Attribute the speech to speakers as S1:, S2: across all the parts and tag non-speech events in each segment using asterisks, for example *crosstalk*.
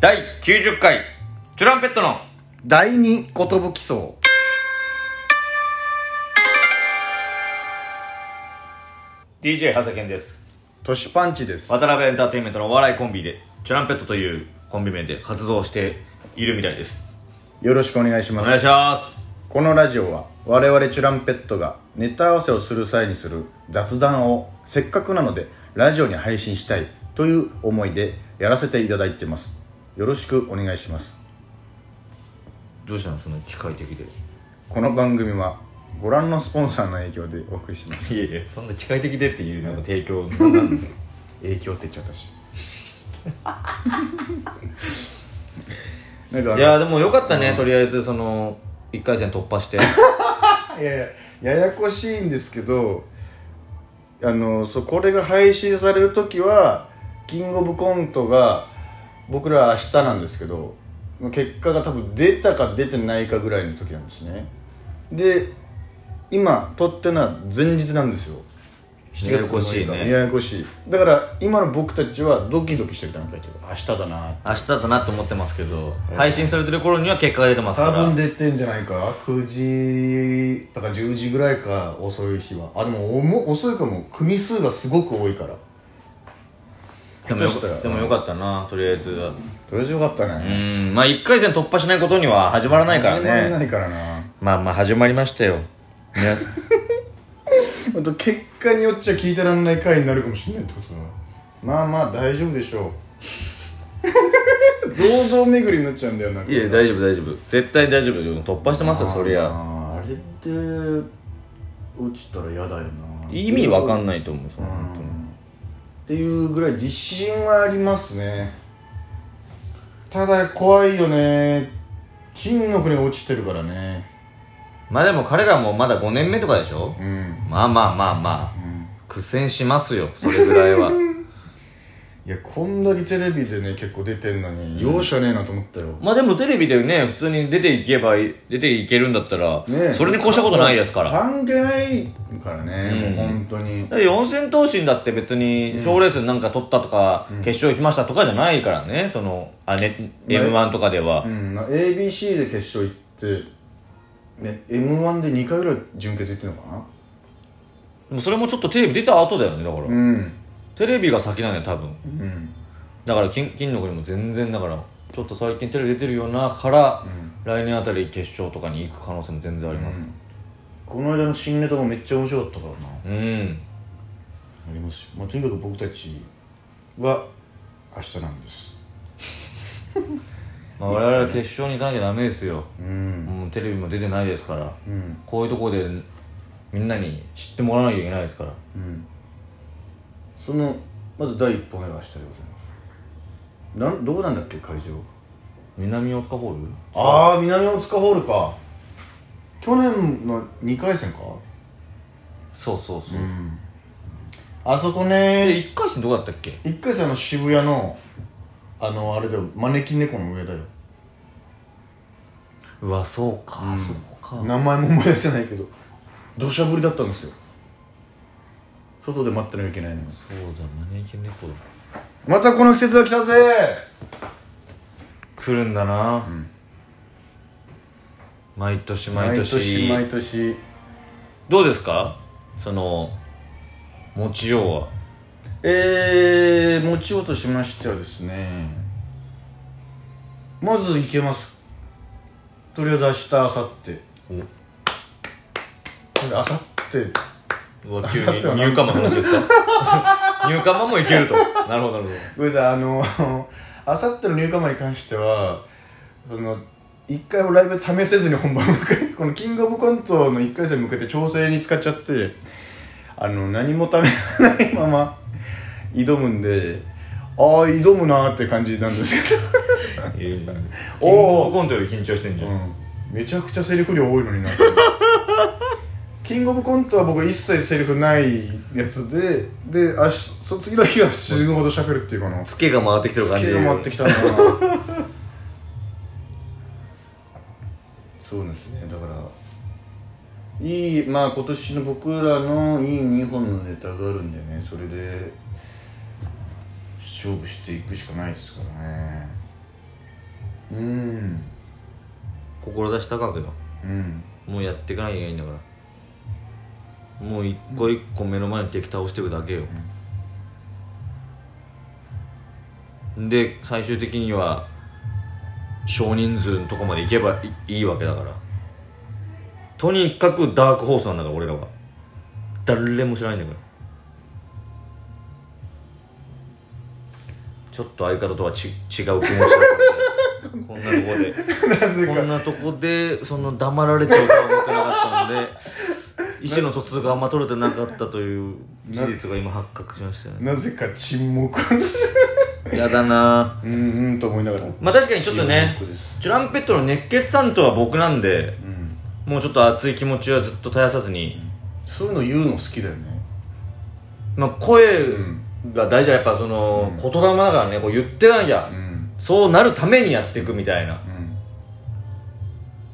S1: 第90回チュランペットの
S2: 第二寿基礎
S1: 「DJ ハサケンです
S2: トシパンチです
S1: 渡辺エンターテインメントのお笑いコンビでチュランペットというコンビ名で活動しているみたいです
S2: よろしくお願いし
S1: お
S2: ます
S1: 願いします
S2: このラジオは我々チュランペットがネタ合わせをする際にする雑談をせっかくなのでラジオに配信したいという思いでやらせていただいてますよろしくお願いします
S1: どうしたのその機械的で
S2: この番組はご覧のスポンサーの影響でお送りします
S1: いやいやそんな機械的でっていうなんか提供
S2: 影響って言っちゃったし *laughs* なんか
S1: *laughs*
S2: あの
S1: いやでもよかったね、とりあえずその1回戦突破 *laughs* して
S2: いやいやややこしいんですけどあのそうこれが配信される時はキングオブコントが僕ら明日なんですけど結果が多分出たか出てないかぐらいの時なんですねで今撮ってるのは前日なんですよ7月
S1: ややこしいね
S2: ややこしいだから今の僕たちはドキドキしてる段階で明日だな
S1: 明日だなと思ってますけど、配信されてる頃には結果が出てますか
S2: 多
S1: ら
S2: 分出てんじゃないか9時とか10時ぐらいか遅い日はあでもおも遅いかも組数がすごく多いから
S1: でもよ
S2: 下手したら
S1: でもよかったなとりあえずは
S2: とりあえずよかった
S1: う
S2: ね
S1: んまあ1回戦突破しないことには始まらないからね
S2: 始まんないからな
S1: まあまあ始まりましたよ、ね、
S2: あと結果によっちゃ聞いてらんない回になるかもしれないってことだなまあまあ大丈夫でし
S1: *laughs*
S2: ょう堂々巡りになっちゃうんだよない
S1: *laughs* いや大丈夫大丈夫絶対大丈夫突破してますよそりゃ
S2: あれって落ちたら嫌だよな
S1: 意味わかん
S2: い
S1: ないと思うその本
S2: っていうぐらい自信はありますねただ怖いよね金の船が落ちてるからね
S1: 当にまあでも彼らもまだ5年目とかでしょ
S2: う、ん、
S1: まあまあまあま
S2: う
S1: あ
S2: ん、
S1: 苦戦しますよそれぐらい *laughs* は
S2: いやこんだけテレビでね結構出てんのに容赦ねえなと思ったよ、
S1: まあでもテレビでね普通に出ていけばい出ていけるんだったら、
S2: ねえ
S1: それに越したことないですから
S2: 関係ないからね、
S1: うん
S2: もう本当に
S1: だって四千頭身だって別に賞レースなんか取ったとか、決勝行きましたとかじゃないからねそのあ、ね、
S2: ね
S1: m 1とかでは、
S2: うん、まあ ABC で決勝行って、ね、m 1で2回ぐらい準決行ってんのかな
S1: でもそれもちょっとテレビ出た後だよねだから、
S2: うん、
S1: テレビが先なんだよ多分
S2: うん
S1: だから金金の国も全然だからちょっと最近テレビ出てるようなから、
S2: うん
S1: 来年あたり決勝とかに行く可能性も全然ありますか
S2: この間の新ネタもめっちゃ面白かったからな
S1: らうん、
S2: ありますよ、まあ、とにかく僕たちは明日なんです
S1: まあ、我々は決勝に行かなきゃダメですよ、
S2: うん
S1: もうテレビも出てないですから
S2: うん
S1: こういうところでみんなに知ってもらわなきゃいけないですから
S2: うんそのまず第一歩目が明日でございますなんどこなんだっけ会場
S1: 南大塚ホール
S2: ああ南大塚ホールか去年の2回戦か
S1: そうそうそう、
S2: んあそこ
S1: え
S2: ね
S1: 1回戦どこだったっけ
S2: 1回戦の渋谷のあのあれだよ招き猫の上だよ
S1: うわそうか、
S2: うん
S1: そこか
S2: 名前も思い出せないけど土砂降りだったんですよ外で待ってなきゃいけないのに
S1: そうだ招き猫だ
S2: またこの季節が来たぜ、
S1: 来るんだな、毎年毎年
S2: 毎年
S1: どうですかその持ちようは
S2: えー、持ちようとしましてはですねまず行けますとりあえず明日明後日明後日
S1: う
S2: *laughs*
S1: わ急にニューカマの話ですかニューカマもいけるとなるほどなるほ
S2: ごめんなさいあの *laughs* 明後日の入荷前に関してはその一回もライブ試せずに本番を迎えこのキングオブコントの1回戦に向けて調整に使っちゃってあの何も試さないまま挑むんでああ挑むなーって感じなんですけ
S1: どキング
S2: おー
S1: オブコントより緊張してんじ
S2: ど、 *laughs*
S1: ゃ、
S2: うんん、めちゃくちゃセリフ量多いのにな *laughs* キングオブコントは僕一切セリフないやつでであしそ次の日は死ぬほど喋るっていうかな
S1: ツケが回ってきてる感じ
S2: 月が回ってきたな *laughs* そうなんですねだからいいまあ今年の僕らのいい2本のネタがあるんでねそれで勝負していくしかないですからねうん
S1: 志高くよ
S2: うん
S1: もうやっていかなきゃいけないんだからもう一個一個目の前に敵倒していくだけよ、で最終的には少人数のとこまで行けばいいいわけだからとにかくダークホースなんだから俺らは誰も知らないんだからちょっと相方とはち違う気持ちだったこ *laughs* んなとこで
S2: なぜ
S1: こ
S2: か
S1: んなとこでその黙られちゃうとは思ってなかったので
S2: *laughs*
S1: 意思の疎通があんま取れてなかったという事実が今発覚しましたね
S2: なぜか沈黙
S1: やだな
S2: *laughs* うんうんと思いながら
S1: まあ確かにちょっとね
S2: 沈黙です
S1: トランペットの熱血担当は僕なんで
S2: うん
S1: もうちょっと熱い気持ちはずっと絶やさずに、
S2: そういうの言うの好きだよね
S1: まあ、声が大事だやっぱその、
S2: う
S1: 言
S2: ん
S1: 霊だからねこう言ってなきゃ、
S2: ん
S1: そうなるためにやっていくみたいな
S2: うん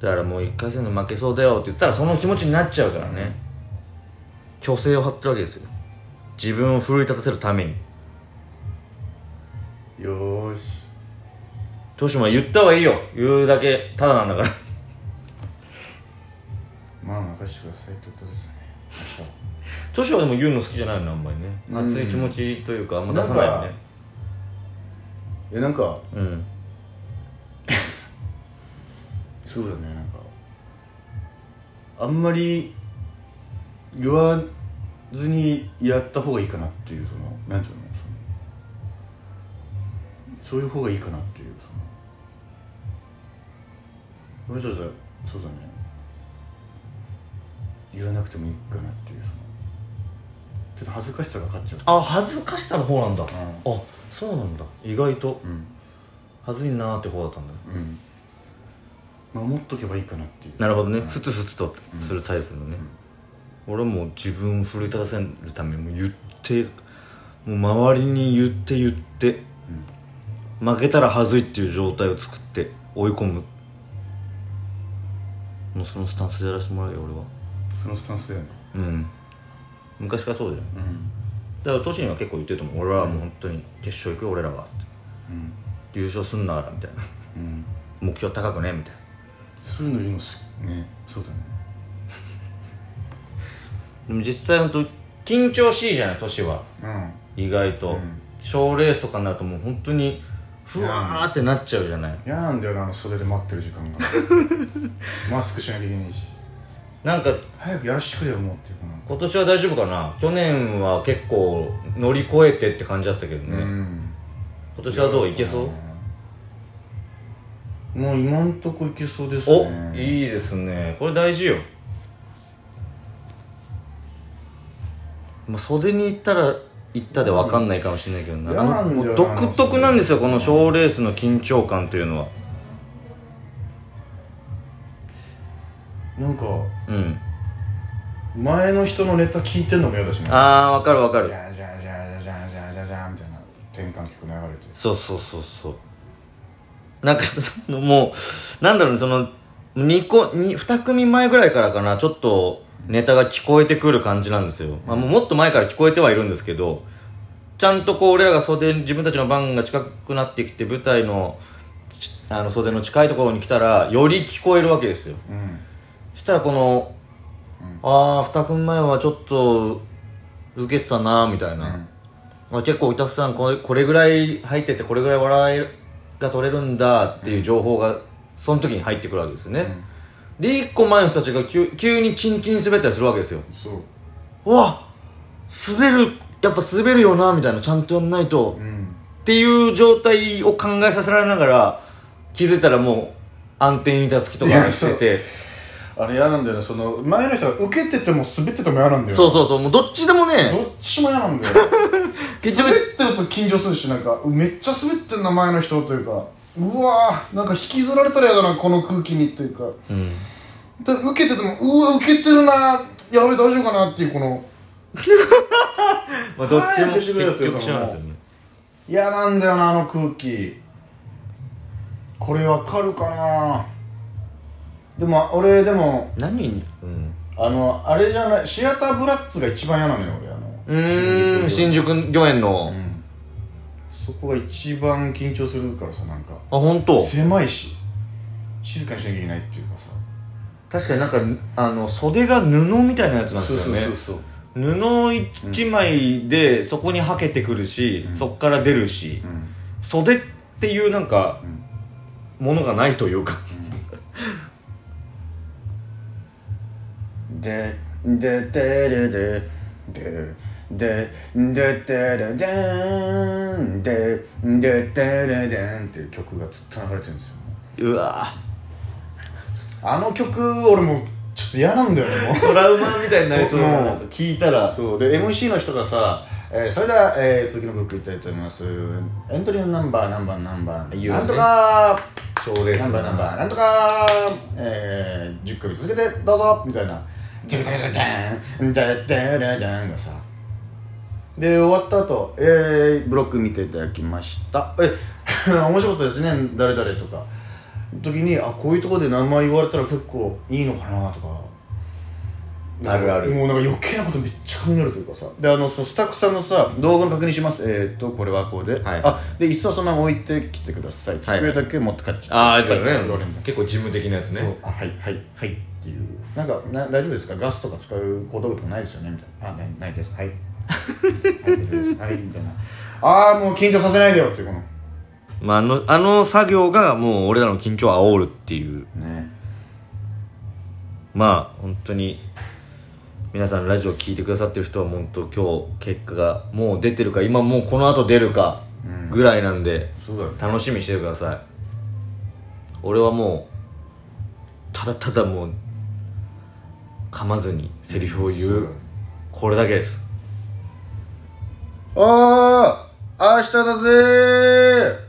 S1: だからもう1回戦で負けそうだよって言ったらその気持ちになっちゃうからね、虚勢を張ってるわけですよ自分を奮い立たせるために
S2: よーし
S1: トシも言った方がいいよ言うだけただなんだから *laughs*
S2: まあ任せてくださいってことですね明日は
S1: トシはでも言うの好きじゃないのあんまりね
S2: うん
S1: 熱い気持ちというかあんま出さないよね
S2: いやなんか
S1: うん
S2: そうだねなんかあんまり言わずにやった方がいいかなっていうそのなんていうのそのそういう方がいいかなっていうそのわざわざそうだね言わなくてもいいかなっていうそのちょっと恥ずかしさが勝っちゃう
S1: あ恥ずかしさの方なんだ、
S2: う
S1: あそうなんだ意外と
S2: うん
S1: 恥ずいなーって方だったんだ
S2: うん守っとけばいいかなっていう
S1: なるほどね
S2: うん
S1: ふつふつとするタイプのね、俺はもう自分を奮い立たせるためにもう言ってもう周りに言って言って
S2: うん
S1: 負けたら恥ずいっていう状態を作って追い込むもうそのスタンスでやらせてもらうよ俺は
S2: そのスタンスだよね
S1: うん昔からそうじゃん
S2: うん
S1: だから年には結構言ってると思う俺はもう本当に決勝行くよ俺らはって
S2: うん
S1: 優勝すんならみたい
S2: *laughs*
S1: な
S2: うん
S1: 目標高くねみたいな
S2: そういうの言うのすねそうだね
S1: でも実際本当緊張しいじゃない年は意外と
S2: うん
S1: 賞、レースとかになるともう本当にふわーってなっちゃうじゃない
S2: 嫌なんだよなあの袖で待ってる時
S1: *laughs*
S2: 間がマスクしなきゃいけないし
S1: なんか
S2: 早くやらしてくれよもうっていうかなんか
S1: 今年は大丈夫かな去年は結構乗り越えてって感じだったけどね、
S2: ん
S1: 今年はどういけそう
S2: うんもう今んとこいけそうです
S1: お
S2: ねい
S1: いいですねこれ大事よまあ袖に行ったら行ったで分かんないかもしれないけどな
S2: 嫌なんだ
S1: あの
S2: よな
S1: もう独特なんですよこの賞レースの緊張感というのは
S2: なんか
S1: うん
S2: 前の人のネタ聞いてんのも嫌だしね
S1: ああ分かる分か
S2: じ
S1: る
S2: ゃんじゃんじゃんじゃんじゃんじゃんじゃんじゃんみたいな転換曲流れて
S1: そうそうそうそうなんかそのもうなんだろうねその2個二二組前ぐらいからかなちょっとネタが聞こえてくる感じなんですよ、まあ、もうもっと前から聞こえてはいるんですけどちゃんとこう俺らが袖自分たちの番が近くなってきて舞台のちあの袖の近いところに来たらより聞こえるわけですよ
S2: うん
S1: そしたらこの
S2: うん
S1: ああ2組前はちょっと受けてたなみたいな、まあ、結構お客さんこれこれぐらい入っててこれぐらい笑いが取れるんだっていう情報がその時に入ってくるわけですよね、で1個前の人たちが急急にチンチン滑ったりするわけですよ
S2: うんそう
S1: うわ滑るやっぱ滑るよなみたいなちゃんとやんないと、
S2: う
S1: っ
S2: ん
S1: ていう状態を考えさせられながら気づいたらもう暗転板付きと
S2: い
S1: か
S2: や
S1: してて
S2: あれ嫌なんだよねその前の人が受けてても滑ってても嫌なんだよ
S1: そうそうそうもうどっちでもね
S2: どっちも嫌なんだよ
S1: *laughs* 結局
S2: 滑ってると緊張するしなんかめっちゃ滑ってんな前の人というかうわーなんか引きずられたら嫌だなこの空気にというか
S1: うん
S2: で受けててもうわ受けてるなやべ大丈夫かなっていうこの
S1: *laughs* まあ、どっちも
S2: 早く
S1: 結
S2: してくれよっていう
S1: 局
S2: か
S1: しなんですよね
S2: 嫌なんだよなあの空気これわかるかなでも俺でも
S1: 何にうん
S2: あのあれじゃないシアターブラッツが一番嫌なのよ俺あの
S1: うーん新宿御苑の、
S2: うんそこが一番緊張するからさなんか
S1: あ本当。
S2: 狭いし静かにしなきゃいけないっていうかさ
S1: 確かになんかあの袖が布みたいなやつなんですよね
S2: そう
S1: 布一枚でそこにはけてくるし、
S2: うん
S1: そっから出るし、
S2: うん
S1: 袖っていうなんか
S2: うん
S1: ものがないというか
S2: ででてれででででてれでんででてれでんっていう曲がずっと流れてるんですよ
S1: うわ
S2: あの曲俺もうちょっと嫌なんだ
S1: *laughs*
S2: よねもう
S1: トラウマみたいになりそうだな
S2: うん
S1: 聞いたら
S2: そうで MC の人がさ、えーそれでは、えー続きのブックいきたいと思いますエントリーのナンバー何番何番、
S1: 言うよね
S2: なんとか
S1: そうです
S2: ナンバーナンバーなんとかえー、10組続けてどうぞみたいな「ジャジャジャジャンジャジャジャジャン」がさで終わった後、えー、ブロック見ていただきましたえ *laughs* 面白かったですね誰々とか時にあこういうとこで名前言われたら結構いいのかなとか
S1: あるある
S2: もうなんか余計なことめっちゃ考えるというかさであのそうスタッフさんのさ動画の確認しますえー、っとこれはこうで、
S1: はい
S2: あで椅子はそのまま置いてきてください
S1: はい
S2: 机だけ持って帰っちゃって
S1: ああじゃあね
S2: ロレン
S1: 結構事務的なやつ
S2: ね
S1: ね
S2: そうあはいはいはいっていうなんかな大丈夫ですかガスとか使う小道具とかないですよねみたいなあないないです *laughs* はいはい大丈夫ですはいみたいなああもう緊張させないでよっていうこの
S1: まあ、あのあの作業がもう俺らの緊張を煽るっていう
S2: ね
S1: まあ本当に皆さんラジオ聞いてくださってる人は本当今日結果がもう出てるか今もうこの後出るか
S2: うん
S1: ぐらいなんで、
S2: そうだよ
S1: 楽しみにしててください俺はもうただただもう噛まずにセリフを言う、
S2: うん
S1: これだけです
S2: ああ明日だぜー